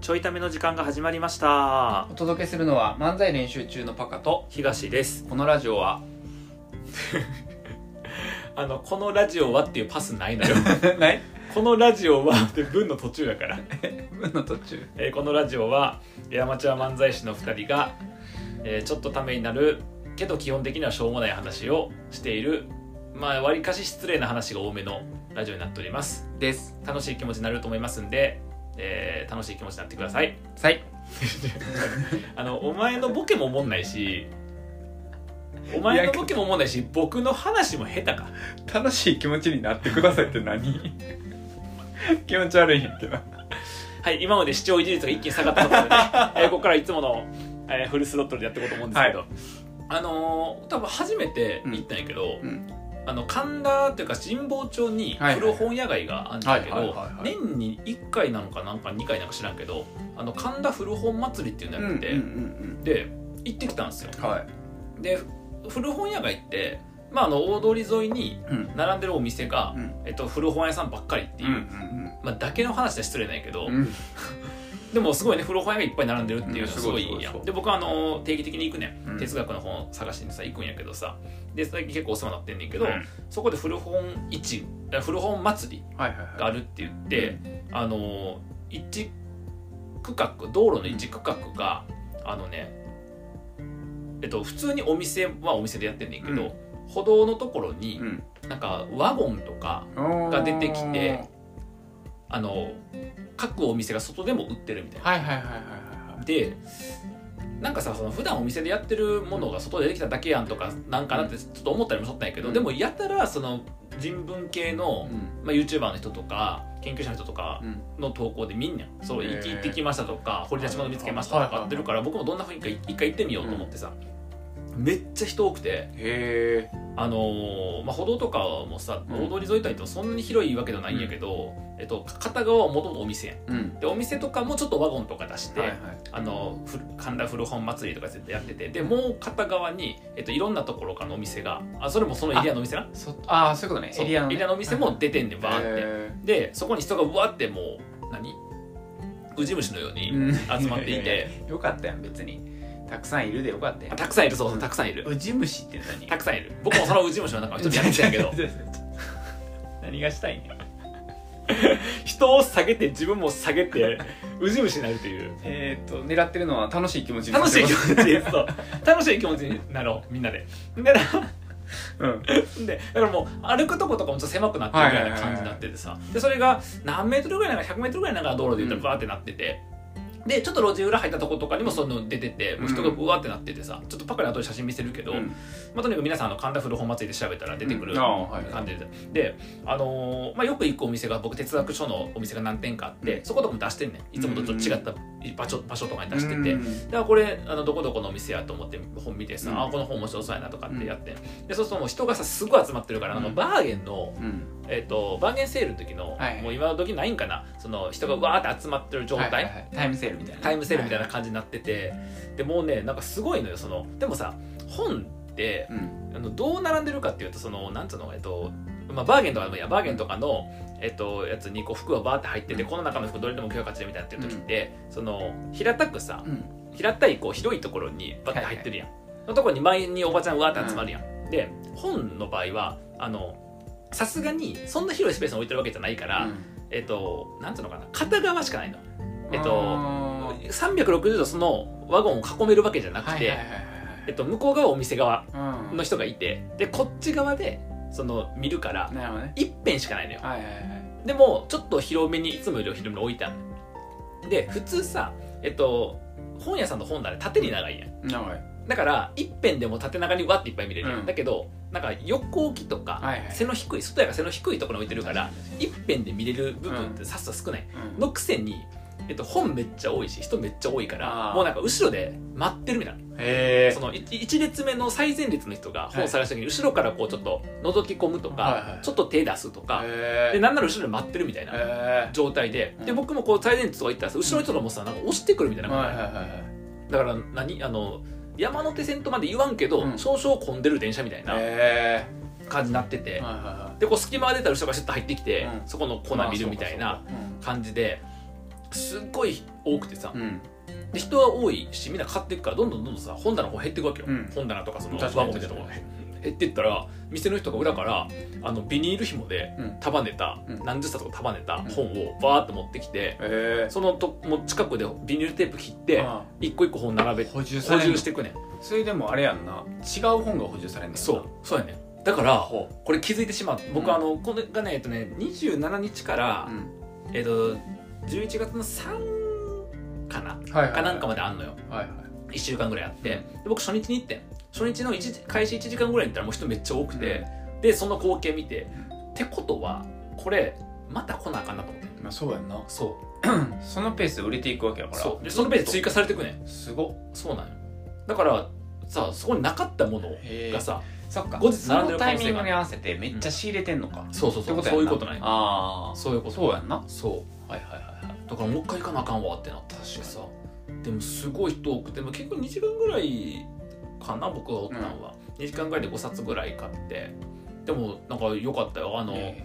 ちょいための時間が始まりましたお届けするのは漫才練習中のパカと東ですこのラジオは あのこのラジオはっていうパスないの よないこのラジオはって文の途中だから、文の途中えーこのラジオはえーアマチュア漫才師の2人が、えーちょっとためになるけど基本的にはしょうもない話をしているまあわりかし失礼な話が多めのラジオになっておりますです楽しい気持ちになると思いますんで、えー楽しい気持ちになってくださいさいあのお前のボケも思んないしお前のボケも思んないし僕の話も下手か楽しい気持ちになってくださいって何 気持ち悪いんやけどはい、今まで視聴維持率が一気に下がったところで、ね えーここからいつもの、えーフルスロットルでやっていこうと思うんですけど、あのー多分初めて行ったんやけど、うんあの神田っていうか神保町にはいはい古本屋街があるんだけはいはどいはいはい年に1回なのかなんか2回なんか知らんけどあの神田古本祭りっていうのうんやうっんてて、うんで行ってきたんですようんはいで古本屋街って、まあ、あの大通り沿いにうん並んでるお店が、うんえっと、古本屋さんばっかりっていう、うんまあ、だけの話で失礼ないけど、うんうんでもすごいね古本屋がいっぱい並んでるっていうのうんすごいすごいいいやすごいすごんいで僕はあの定期的に行くねんうん哲学の本探しにさ行くんやけどさで最近結構お世話になってんねんけど、うんそこで古本市古本祭りはいはいがあはるって言って、あの一区画道路の一区画が、あのねえっと普通にお店はお店でやってんねんけど、う歩道のところにい、うんなんかワゴンとかがが出てきてあの各お店が外でも売ってるみたいな。はいはいはいはいはいはいでなんかさその普段お店でやってるものが外でできただけやんとかなんかなってちょっと思ったりもしとったんやけど、うんでもやたらその人文系の、うんまあ、YouTuber の人とか研究者の人とかうんの投稿でみんなそうへー行き行ってきましたとか掘り出し物見つけましたとかやってるから僕もどんな雰囲気か一回行ってみようと思ってさ、めっちゃ人多くてへえあのーまあ、歩道とかもさうん大通り沿いとはいってもそんなに広いわけじゃないんやけど、えっと、片側はもともとお店やんうんでお店とかもちょっとワゴンとか出して、はいはいあのふ神田古本祭りとかやっててでもう片側に、えっと、いろんなところからのお店があそれもそのエリアのお店なそああそういうことねそうエリアのねお店も出てんでバーって、へでそこに人がうわってもう何ウジ虫のようーにうん集まっていて、 よかったやん別にたくさんいるでよかったやあんたくさんいるそうそうたくさんいるウジ虫って何たくさんいる僕もそのウジ虫の中の一人やってたんや けど何がしたいんや 人を下げて自分も下げてウジ虫になるというえーっと狙ってるのは楽しい気持ちに楽しい気ち持 ちですそう楽しい気持ちになろうみんなで。で うんでだからもう歩くとことかもちょっと狭くなってるぐらいな感じになっててさでそれが何メートルぐらいなんか100メートルぐらいなんか道路で言ったらバーってなってて。でちょっと路地裏入ったとことかにもそういうの出ててもう人がブワーってなっててさ、ちょっとパカで後で写真見せるけど、うんまあ、とにかく皆さんあの神田古本祭りで調べたら出てくるうんああはい感じで、で、あのーまあ、よく行くお店が僕哲学書のお店が何店かあって、うんそことかも出してんねんいつもとちょっと違った場所場所とかに出してて、うんだからこれあのどこどこのお店やと思って本見てさ、うんあこの本面白そうやなとかってやって、でそうするともう人がさすごい集まってるから、なんかうんバーゲンの、うんえっとバーゲンセールの時の、はいもう今時ないんかなその人がわーって集まってる状態、はいはいはいタイムセールみたいなタイムセールみたいな感じになってて、でもうねなんかすごいのよそのでもさ本ってはいうんあのどう並んでるかっていうとそのなんつうのえっとまあ、バーゲンとかのいやバーゲンとかの、えっと、やつにこう服がバーって入ってて、うんこの中の服どれでも今日勝ちみたいになってる時って、その平たくさ、うん平たいこう広いところにバッて入ってるやん、のところに前におばちゃんうわーって集まるやん、で本の場合はあのさすがにそんな広いスペースに置いてるわけじゃないから、うんえっとなんていうのかな片側しかないのえっとあー360度そのワゴンを囲めるわけじゃなくて、はいはいはいえっと、向こう側お店側はいうんの人がいてでこっち側でその見るからなるほどね一辺しかないのよはいはいはいでもちょっと広めにいつもより広めに置いてあるで普通さえっと本屋さんの本なら縦に長いやん長いだから一辺でも縦長にわっていっぱい見れるやん、うんだけどなんか横置きとか、はいはい背の低い外やから背の低いところに置いてるから一辺で見れる部分ってさっさ少ない、うんのくせに、えっと、本めっちゃ多いし人めっちゃ多いからあーもうなんか後ろで待ってるみたいなへえその 1, 列目の最前列の人が本を探した時に後ろからこうちょっと覗き込むとか、はいはいちょっと手出すとか、へでなんなら後ろで待ってるみたいなえ状態ででうん僕もこう最前列とか行ったらさ後ろの人がもうさなんか押してくるみたいな、はいはいはいはいだから何あの山手線とまで言わんけど、うん少々混んでる電車みたいなへ感じになってて、えはいはいはいでこう隙間が出たら人がシュッと入ってきて、うんそこのコーナー見るみたいな感じで、すっごい多くてさ、うんで人は多いしみんな買っていくからどんどんどんどんさ本棚の方減っていくわけよ、うん本棚とかそのワ確かゴンにみたいなとこが減っていったら店の人が裏からあのビニール紐でうん束ねた、うん何十冊か束ねた本をバーって持ってきて、えそのともう近くでビニールテープ切っえて一個一個本並べて補充さ補れる充していくねんそれでもあれやんな違う本が補充されんねんなそうそうやねんだからほうこれ気づいてしまって僕、うんあのこれがねえっとね27日から、うんえっと11月の3かなはいはいかなんかまでであんのよはいはい1週間ぐらいあってで僕初日に行ってん初日の1時開始1時間ぐらいに行ったらもう人めっちゃ多くて、でその光景見てってことはこれまた来なあかんなと思ってまあそうやんなそそのペースで売れていくわけやうからそうでそのページ追加されてくねんすごっそうなんよだからさそこになかったものへえがさそっか後日並んでそのる可能性がタイミングに合わせてめっちゃ仕入れてんのか、そうそうってそこうとやんなそういうことないああそういうことそうやんなはそういはいはいはいだからもう一回行かなあかんわってなったしさでもすごい人多くてもう結構2時間ぐらいかな僕がおったのは、2時間ぐらいで5冊ぐらい買ってでもなんか良かったよあの、え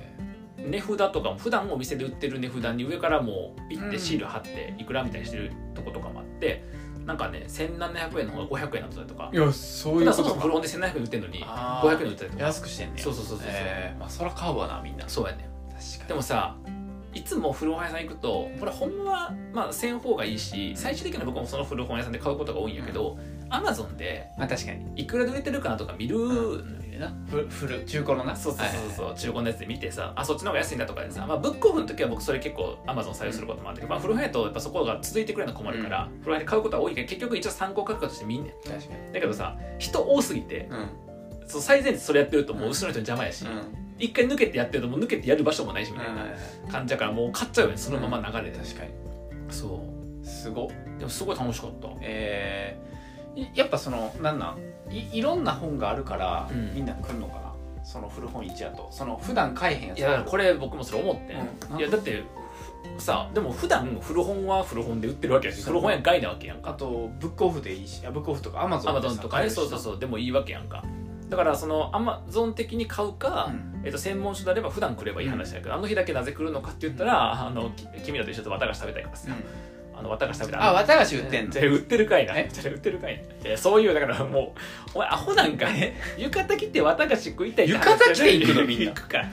値札とかも普段お店で売ってる値札に上からもうピッてシール貼っていくらみたいにしてるとことかもあって、なんかね1700円の方が500円だったりとかーいやそう普いう段そこもとそも古か本で1700円売ってるのにあ500ー円売ってたりとか安くしてんねやそうそうそうそうそうえーまあそら買うわなみんなそうやね確かにでもさいつも古本屋さん行くとこれほんまはまあせん方がいいし最終的には僕もその古本屋さんで買うことが多いんやけどアマゾンでまあ確かにいくらで売れてるかなとか見るのよなふ古中古のなそうそうはいそうそう中古のやつで見てさあそっちの方が安いんだとかでさ、まあ、ブックオフの時は僕それ結構アマゾン採用することもあるんだけど、まあ、古本屋とやっぱそこが続いてくれるの困るから、古本屋で買うことは多いけど結局一応参考価格として見んねん確かにだけどさ人多すぎてうんそう最前列それやってるともううん後ろの人に邪魔やし、うん一回抜けてやってるともう抜けてやる場所もないしみたいな確感じだからもう買っちゃうよねそのまま流れで、かそうにすごっでもすごい楽しかったえーいやっぱそのなんなんいいろんな本があるからうんみんな来るのかなその古本市やとその普段買えへんやついやだからこれ僕もそれ思って、うんいやだってさでも普段古本は古本で売ってるわけやし古本屋外なわけやんかあとブックオフでいいしあブックオフとかアマゾアンマゾンとかねそうそううそうでもいいわけやんかだからそのアマゾン的に買うか、んえっと、専門書であれば普段来ればいい話だけど、あの日だけなぜ来るのかって言ったら、あのき君らと一緒で綿菓子食べたいからさ、あの綿菓子食べたいあ綿菓子売ってんのじゃあ 売ってるかいなえじゃあ売ってるかいないやそういうだからもうお前アホなんか ね浴衣着て綿菓子食いたいって話浴衣着て行くのじゃいみんな 行くから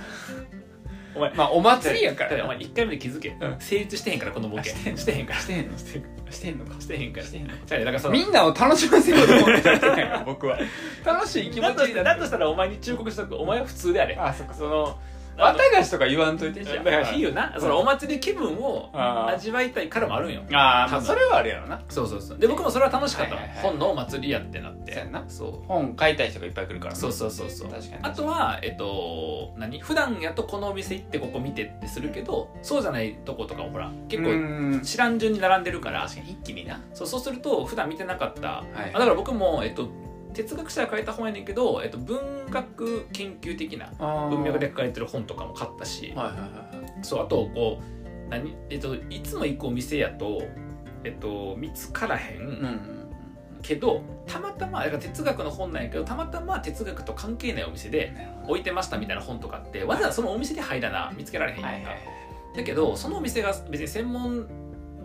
まあお祭りやか だかららお前1回目で気づけ、ん成立してへんからこのボケあしてんのしてへんからしてんのしてしてんのかしてへんからしてんのかじゃあねだからそのみんなを楽しませようと思ってたわけだから僕は楽しい気持ちだとしになたっだとしたらお前に忠告しとくお前は普通であれあそっかそそののあの綿菓子とか言わんといてじゃだんからいいよなうんそのお祭り気分をあ味わいたいからもあるんよーあー多まあ分それはあれやろなそうそうそうで僕もそれは楽しかったわ、はいはいはい本のお祭りやってなっそうてやんなそ本買いたい人がいっぱい来るからうねそうそうそうそう確かにあとはえっと何普段やとこのお店行ってここ見てってするけどそうじゃないとことかもほら結う構ーん知らん順に並んでるから確かに一気になそうそうすると普段見てなかったはいあだから僕も、えっと、哲学者が書いた本やねんけど、えっと、文学研究的な文文脈で書かれてる本とかも買ったし、はいはいはいはいそうあとこう何、えっと、いつも行くお店やと、えっと、見つからへうんうんんうんけど、たまたまだから哲学の本なんやけどたまたま哲学と関係ないお店で置いてましたみたいな本とかってわざわざそのお店に入らな見つけられへんやんか、はいはいはいだけどそのお店が別に専門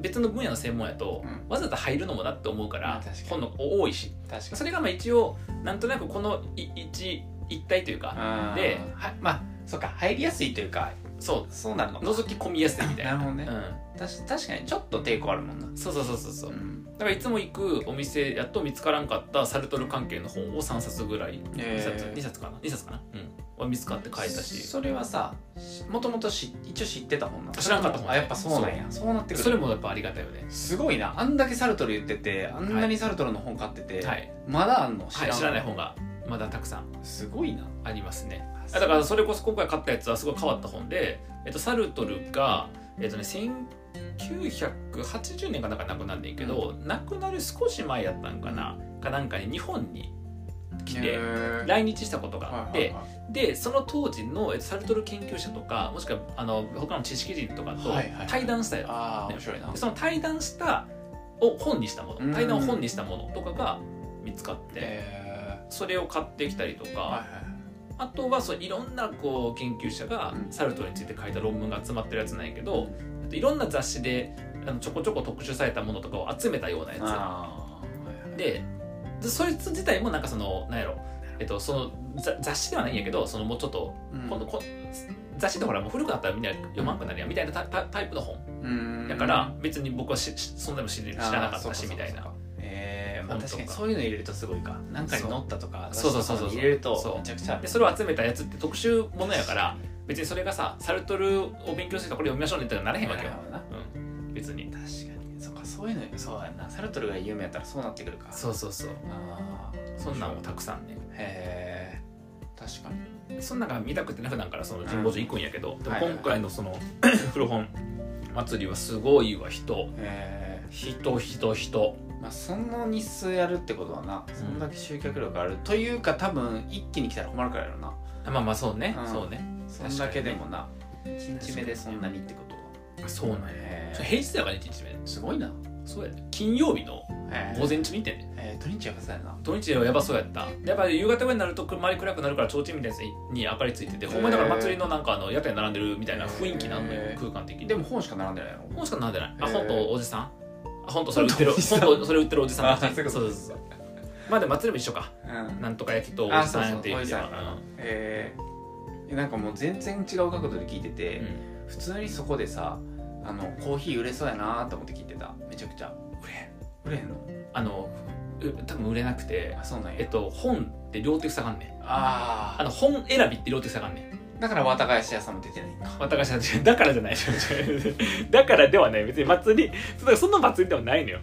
別の分野の専門やと、うんわざわざ入るのもなって思うから、まあ確かに本の多いし。確かそれがまあ一応なんとなくこのい一一体というかにででまあそっか入りやすいというかそそうなるうのか覗き込みやすいみたいなな。るほどうねん、たし確かにちょっと抵抗あるもんなそうそうそうそうそううんだからいつも行くお店やっと見つからんかったサルトル関係の本を3冊ぐらいへー 2, 冊二冊かな2冊かな、うん、は見つかって買えたしそれはさもともとし一応知ってたもんな知らんかったもんあやっぱそうなんやそうなってくそれるもやっぱありがたいよねすごいなあんだけサルトル言っててあんなにサルトルの本買ってて、はい、まだあんの知はらん、い、知らない本がまだたくさんすごいなありますねだあからそれこそ今回買ったやつはすごい変わった本で、えっと、サルトルが、えっとね、1980年かなんか亡くなんねんけど、亡くなる少し前やったんかなかなんかに日本に来へてー来日したことがあはっいはいてでその当時のえっとサルトル研究者とかもしくはあの他の知識人とかとはいはい対談したやつああ面白いなでその対談したを本にしたもうんの対談を本にしたものとかが見つかってえそれを買ってきたりとか。ーはいはいはいあとはそういろんなこう研究者がうんサルトルについて書いた論文が集まってるやつなんやけど、あといろんな雑誌であのちょこちょこ特集されたものとかを集めたようなやつあでででそいつ自体もなんかそのなんやろえっとそのざ雑誌ではないんやけどそのもうちょっと、今今度こ雑誌ってほらもう古くなったらみんな読まんくなるやんみたいなタタタイプの本だから別に僕はしし存在も知り知らなかったしみたいな。ええ本とか確かにそういうの入れるとすごいか何かに載ったとかそうそうそうそう雑誌とかに入れるそうとめちゃくちゃでそれを集めたやつって特集ものやから別にそれがさサルトルを勉強してたらこれ読みましょうねってならへんわけよなるほどなうん別に確かにそうかそういうのそうやんなサルトルが有名やったらそうなってくるかそうそうそうあーそんなんもたくさんねへえ確かにそんなんが見たくてね普段からそのん神保町行くんやけど、でもはいはいはい今回のそ の古本祭りはすごいわ人へえ人人人まあその日数やるってことはなそんだけ集客力あるというか多分一気に来たら困るからやろなあまあまあそうね、うんそうねそんだけでもな1日目でそんなにってことはそうなんやへそれえ平日やから1日目すごいなそうやで金曜日のえ午前中に行ってんねえー、土日はかさやな土日はやばそうやったやっぱ夕方ぐらいになると周り暗くなるから提灯みたいなやつに明かりついててほんまにだから祭りのなんかあの屋台並んでるみたいな雰囲気なのよへー空間的にでも本しか並んでないの本しか並んでないあへー本とおじさんあ本とそれ売ってる本とおじさ本んとそれ売ってるおじさんあそういうそこうとそうそうまあでも祭りも一緒かうんなんとか焼きとおじさんやっていう意味ではあそうそうえー、なんかもう全然違う角度で聞いてて、うん普通にそこでさあのコーヒー売れそうやなと思って聞いてためちゃくちゃ売れん売れへんのあのう多分売れなくてあそうなんや、えっと本って両手塞がんねんああの本選びって両手塞がんねんーだから綿返し屋さんも出てないんか私たちだからじゃない だからではない別に祭りそそんな祭りではないのよ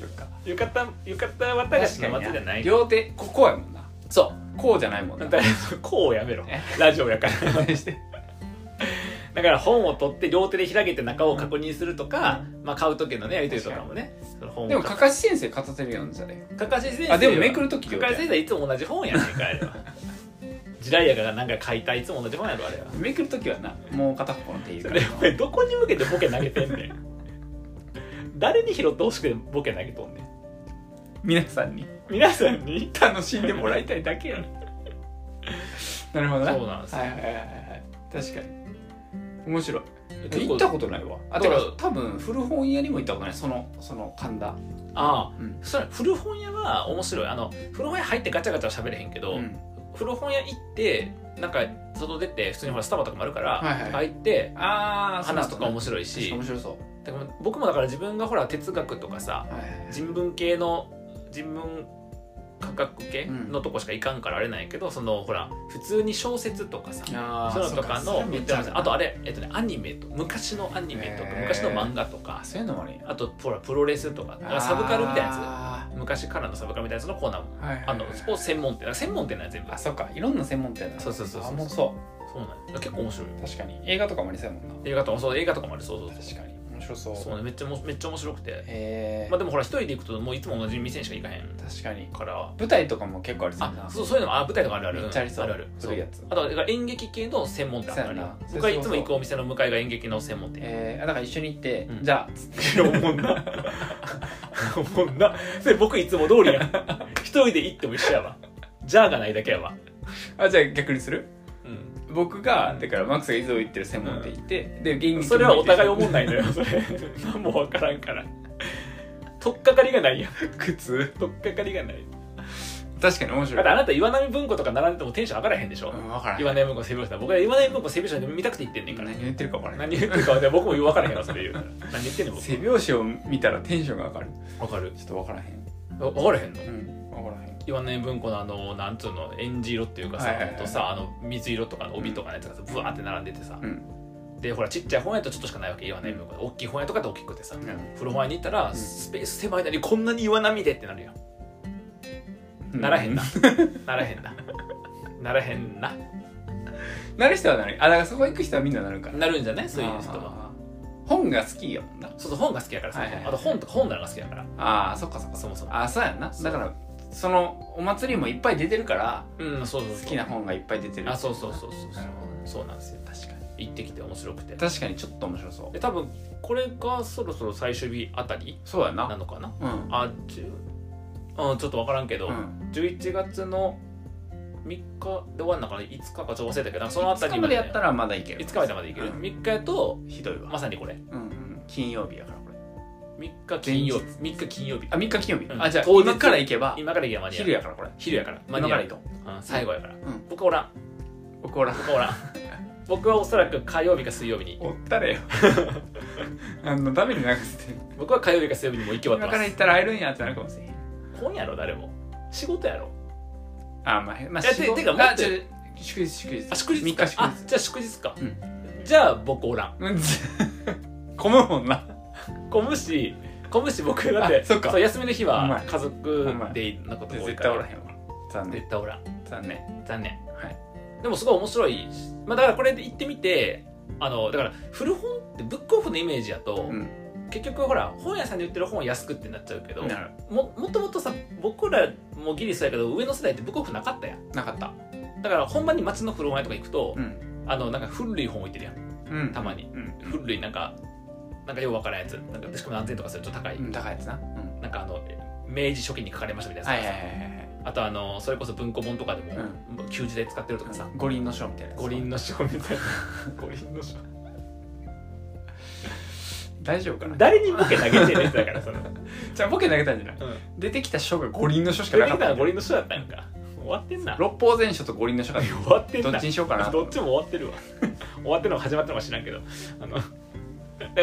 そっか浴衣浴衣綿菓子の祭りじゃない両手ここやもんなそこうじゃないもんうだなから こうやめろえラジオやからしてだから本を取って両手で開けて中を確認するとか、まあ買う時のねやり取りとかもねその本をでもかかし先生片手で読んじゃねかかし先生あでもめくる時か両手かし先生いつも同じ本やねんかあれは時代やからなんか買いたいいつも同じ本やろあれはめくるときはなもう片方の手いるそかれらお前どこに向けてボケ投げてんねん誰に拾ってほしくてボケ投げとんねん皆さんに皆さんに楽しんでもらいたいだけや ねなるほどなそうなんですよはいはいはいはい確かに面白い結構行ったことないわあだてかから多分古本屋にも行ったことないそのその神田ああ、うんそれ古本屋は面白いあの古本屋入ってガチャガチャは喋れへんけど、うん古本屋行ってなんか外出て普通にほらスタバとかもあるから、はいはい入ってああ話とか面白いし面白そだから僕もだから自分がほら哲学とかさうはい人文系の人文科学系のとこしか行かんからあれなんやけど、そのほら普通に小説とかさあそういうのとかのめめっっちちゃゃああるとあれ、えっとね、アニメと昔のアニメとかへー昔の漫画とかあそういうのもあるんやあとほらプロレスとかだからサブカルみたいなややつ昔からのサブカルみたいなやつのコーナーもつはいはいあのスポーツ専門店だから専門店なんや全部あそっかいろんな専門店だそうそうそうそうあもうそそうなんや結構面白いう確かに映画とかもありそうやもんな映画とかもそう映画とかもあるそうそう確かに面白そうそうそうねめっちゃもめっちゃ面白くてへえまあでもほら一人で行くともういつも同じ店にしか行かへん確かにから舞台とかも結構ありそうやなあそうそういうのもあ舞台とかあるあるめっちゃありそうあるあるそう古いやつあとだから演劇系の専門店あるあるそうやな僕はいつも行くお店の向かいが演劇の専門 店えー、あだから一緒に行って、うんじゃあつっていやおもん なおもんなそれ僕いつも通りやん一人で行っても一緒やわじゃあがないだけやわあじゃあ逆にするうん僕がだからマックスがいつも行ってる専門店行って、で芸人それはお互い思思んないのよそれ何も分からんから取っかかりがないやん 靴取っかかりがない確かに面だ白っいてあなた岩波文庫とか並んでてもテンション上がらへんでしょ、うん、分からん岩波文庫整備士だ僕は岩波文庫整備士で見たくて言ってんねんから、何言ってるか分からない何言ってるかはね僕も分からへんわそれ言うたら何言ってんねん僕背拍子を見たらテンションが上がる分かるちょっと分からへん分からへんのうん分からへん岩根文庫のあのなんつうのえんじ色っていうかさ、はいはいはいほんとさあの水色とかの帯とかのやつがさブワーって並んでてさ、うんでほらちっちゃい本屋とちょっとしかないわけ岩根文庫大きい本屋とかって大きくてさ、うん古本屋に行ったら、んスペース狭いのにこんなに岩波でってなるよ、ならへん なならへんなならへんななる人はなるあだからそこ行く人はみんななるからなるんじゃないそういう人はあー本が好きやもんなそうそう本が好きやからさ、はいはいはいあと本とか本棚が好きやからああそっかそっかそもそもあそうやんなそうだからそのお祭りもいっぱい出てるからうんそうそうそう好きな本がいっぱい出てるあそうそうそうそうそなうるほどそうなんですよ確かに行ってきて面白くて確かにちょっと面白そうで多分これがそろそろ最終日あたりそうやななのかなうんあ十うんちょっと分からんけど、うん11月の3日で終わるのかな5日かちょっと忘れたけどなんかそのあた5り日までやったららまだいける5日までまでいける、うん3日やとひどいわまさにこれうんうん金曜日やからこれ3日金曜日3日金曜日あ3日金曜日、うんあじゃあ当日今から行けば今から行けば間に合う昼やからこれ昼やから間今にか合らう行こうん最後やから、ん僕はおらんう僕おらん僕はおらん僕はおそらく火曜日か水曜日におったれよ あのために流して僕は火曜日か水曜日にもう行き終わっ今てからま行っすたら会えるんやってなるかもしれへん今夜やろ誰も仕事やろあまあまあいやて仕事てかもっとあちょ祝日祝日あ祝日3日か祝あ日じゃあ祝日か、うじゃあ僕おらんうんず 混むもんなこむしこむし僕だってあそっかう休みの日ほんまはや家族でのことが多い絶か対らおらへんわ残念絶対おらん残念残念はいでもすごい面白いし、まあ、だからこれで行ってみてあのだから古本ってブックオフのイメージやと、うん結局ほら本屋さんで売ってる本は安くってなっちゃうけどなるももともとさ僕らもギリそうやけど上の世代ってブックオフなかったやんなかっただから本番に街の古本屋とか行くと、んあのなんか古い本置いてるやんうんたまにうん古いなんかなんかようわからんやつなんかしかも何千円とかすると高い、うん高いやつなうんなんかあの明治初期に書かれましたみたいなさ、はいはいはいはいあとあのそれこそ文庫本とかでも、うもう旧時代使ってるとかさ、五輪の章みたいなやつ五輪の書みたいな 五輪の書大丈夫かな誰にボケ投げてるやつだからその、じゃあボケ投げたんじゃないうん、出てきた書が五輪の書し出かてきなかったのは五輪の書だったんか終わってんな六法全書と五輪の 書が終わってんどなっちにしようかなどっちも終わってるわ 終わってるのか始まってるのか知らんけどあのだ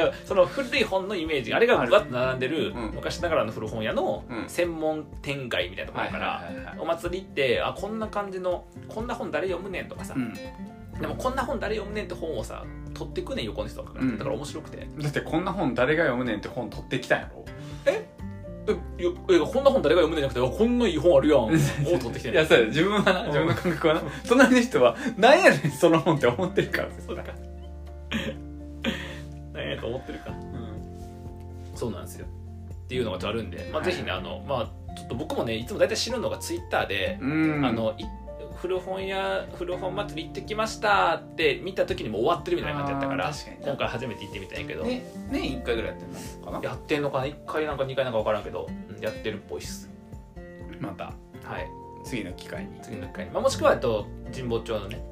からその古い本のイメージあれがぶわっと並んでるうん昔ながらの古本屋のうん専門店街みたいなところだから、いはいお祭りってあこんな感じのこんな本誰読むねんとかさ、うんでもこんな本誰読むねんって本をさ取ってくねん横の人が、うんだから面白くてだってこんな本誰が読むねんって本取ってきたんやろ えよえこんな本誰が読むねんじゃなくてあこんないい本あ るやんを取ってきてんいやそうや自分はなうん自分の感覚はな隣の人はなんやねんその本って思ってるからそうか何やと思ってるかうんそうなんですよっていうのがちょっとあるんで、まあ、はぜいひねあの、まあ、ちょっと僕もねいつも大体知るのがツイッターで、うんあのい古本屋古本祭り行ってきましたって見た時にもう終わってるみたいな感じだったからあー確かにな今回初めて行ってみたんやけど、ね年一回ぐらいやってんのかなやってんのかな1回なんか2回なんか分からんけど、うんやってるっぽいっすまたはい次の機会に次の回に、まあ、もしくはえっと神保町のね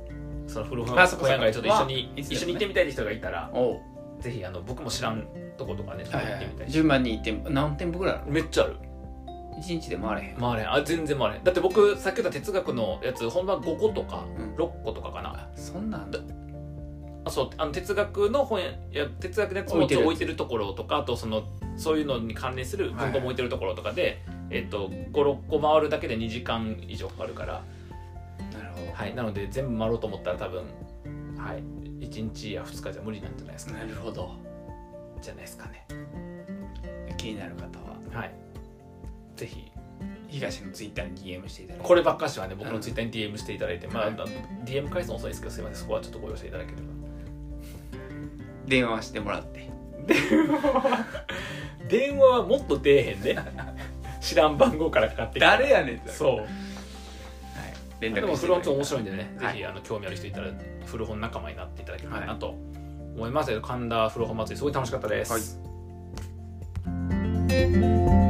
その古本あ屋そこそこ街ちょっと一緒に、まあいつでもね一緒に行ってみたいって人がいたらおうぜひあの僕も知らんとことかねちょっとはい行はってみたいいし、順番に行って何店舗ぐらいあるめっちゃある一日で回れへん回れんあ全然回れんだって僕さっき言った哲学のやつ本番5個とかうん6個とかかな、そんなんだあそうあの哲学の本やいや哲学のやつ置もいてるやつ置いてるところとかあとそのそういうのに関連する文庫も置いてるところとかで、えっと56個回るだけで2時間以上かかるから、なるほどはい、なので全部回ろうと思ったら多分、はい、1日や2日じゃ無理なんじゃないですか、なるほどじゃないですかね気になる方ははいぜひ東のツイッターに DM していただいてこればっかしはね僕のツイッターに DM していただいて、まあ、はあいの DM 回数遅いですけどすいませんそこはちょっとご容赦いただければ電話してもらって電話はもっと出えへんで 知らん番号からかかってきた誰やねんってそう連でもして古本ちょっと面白いんでね、はいぜひあの興味ある人いたら古本仲間になっていただければはなと思います、神田古本祭りすごい楽しかったです、はい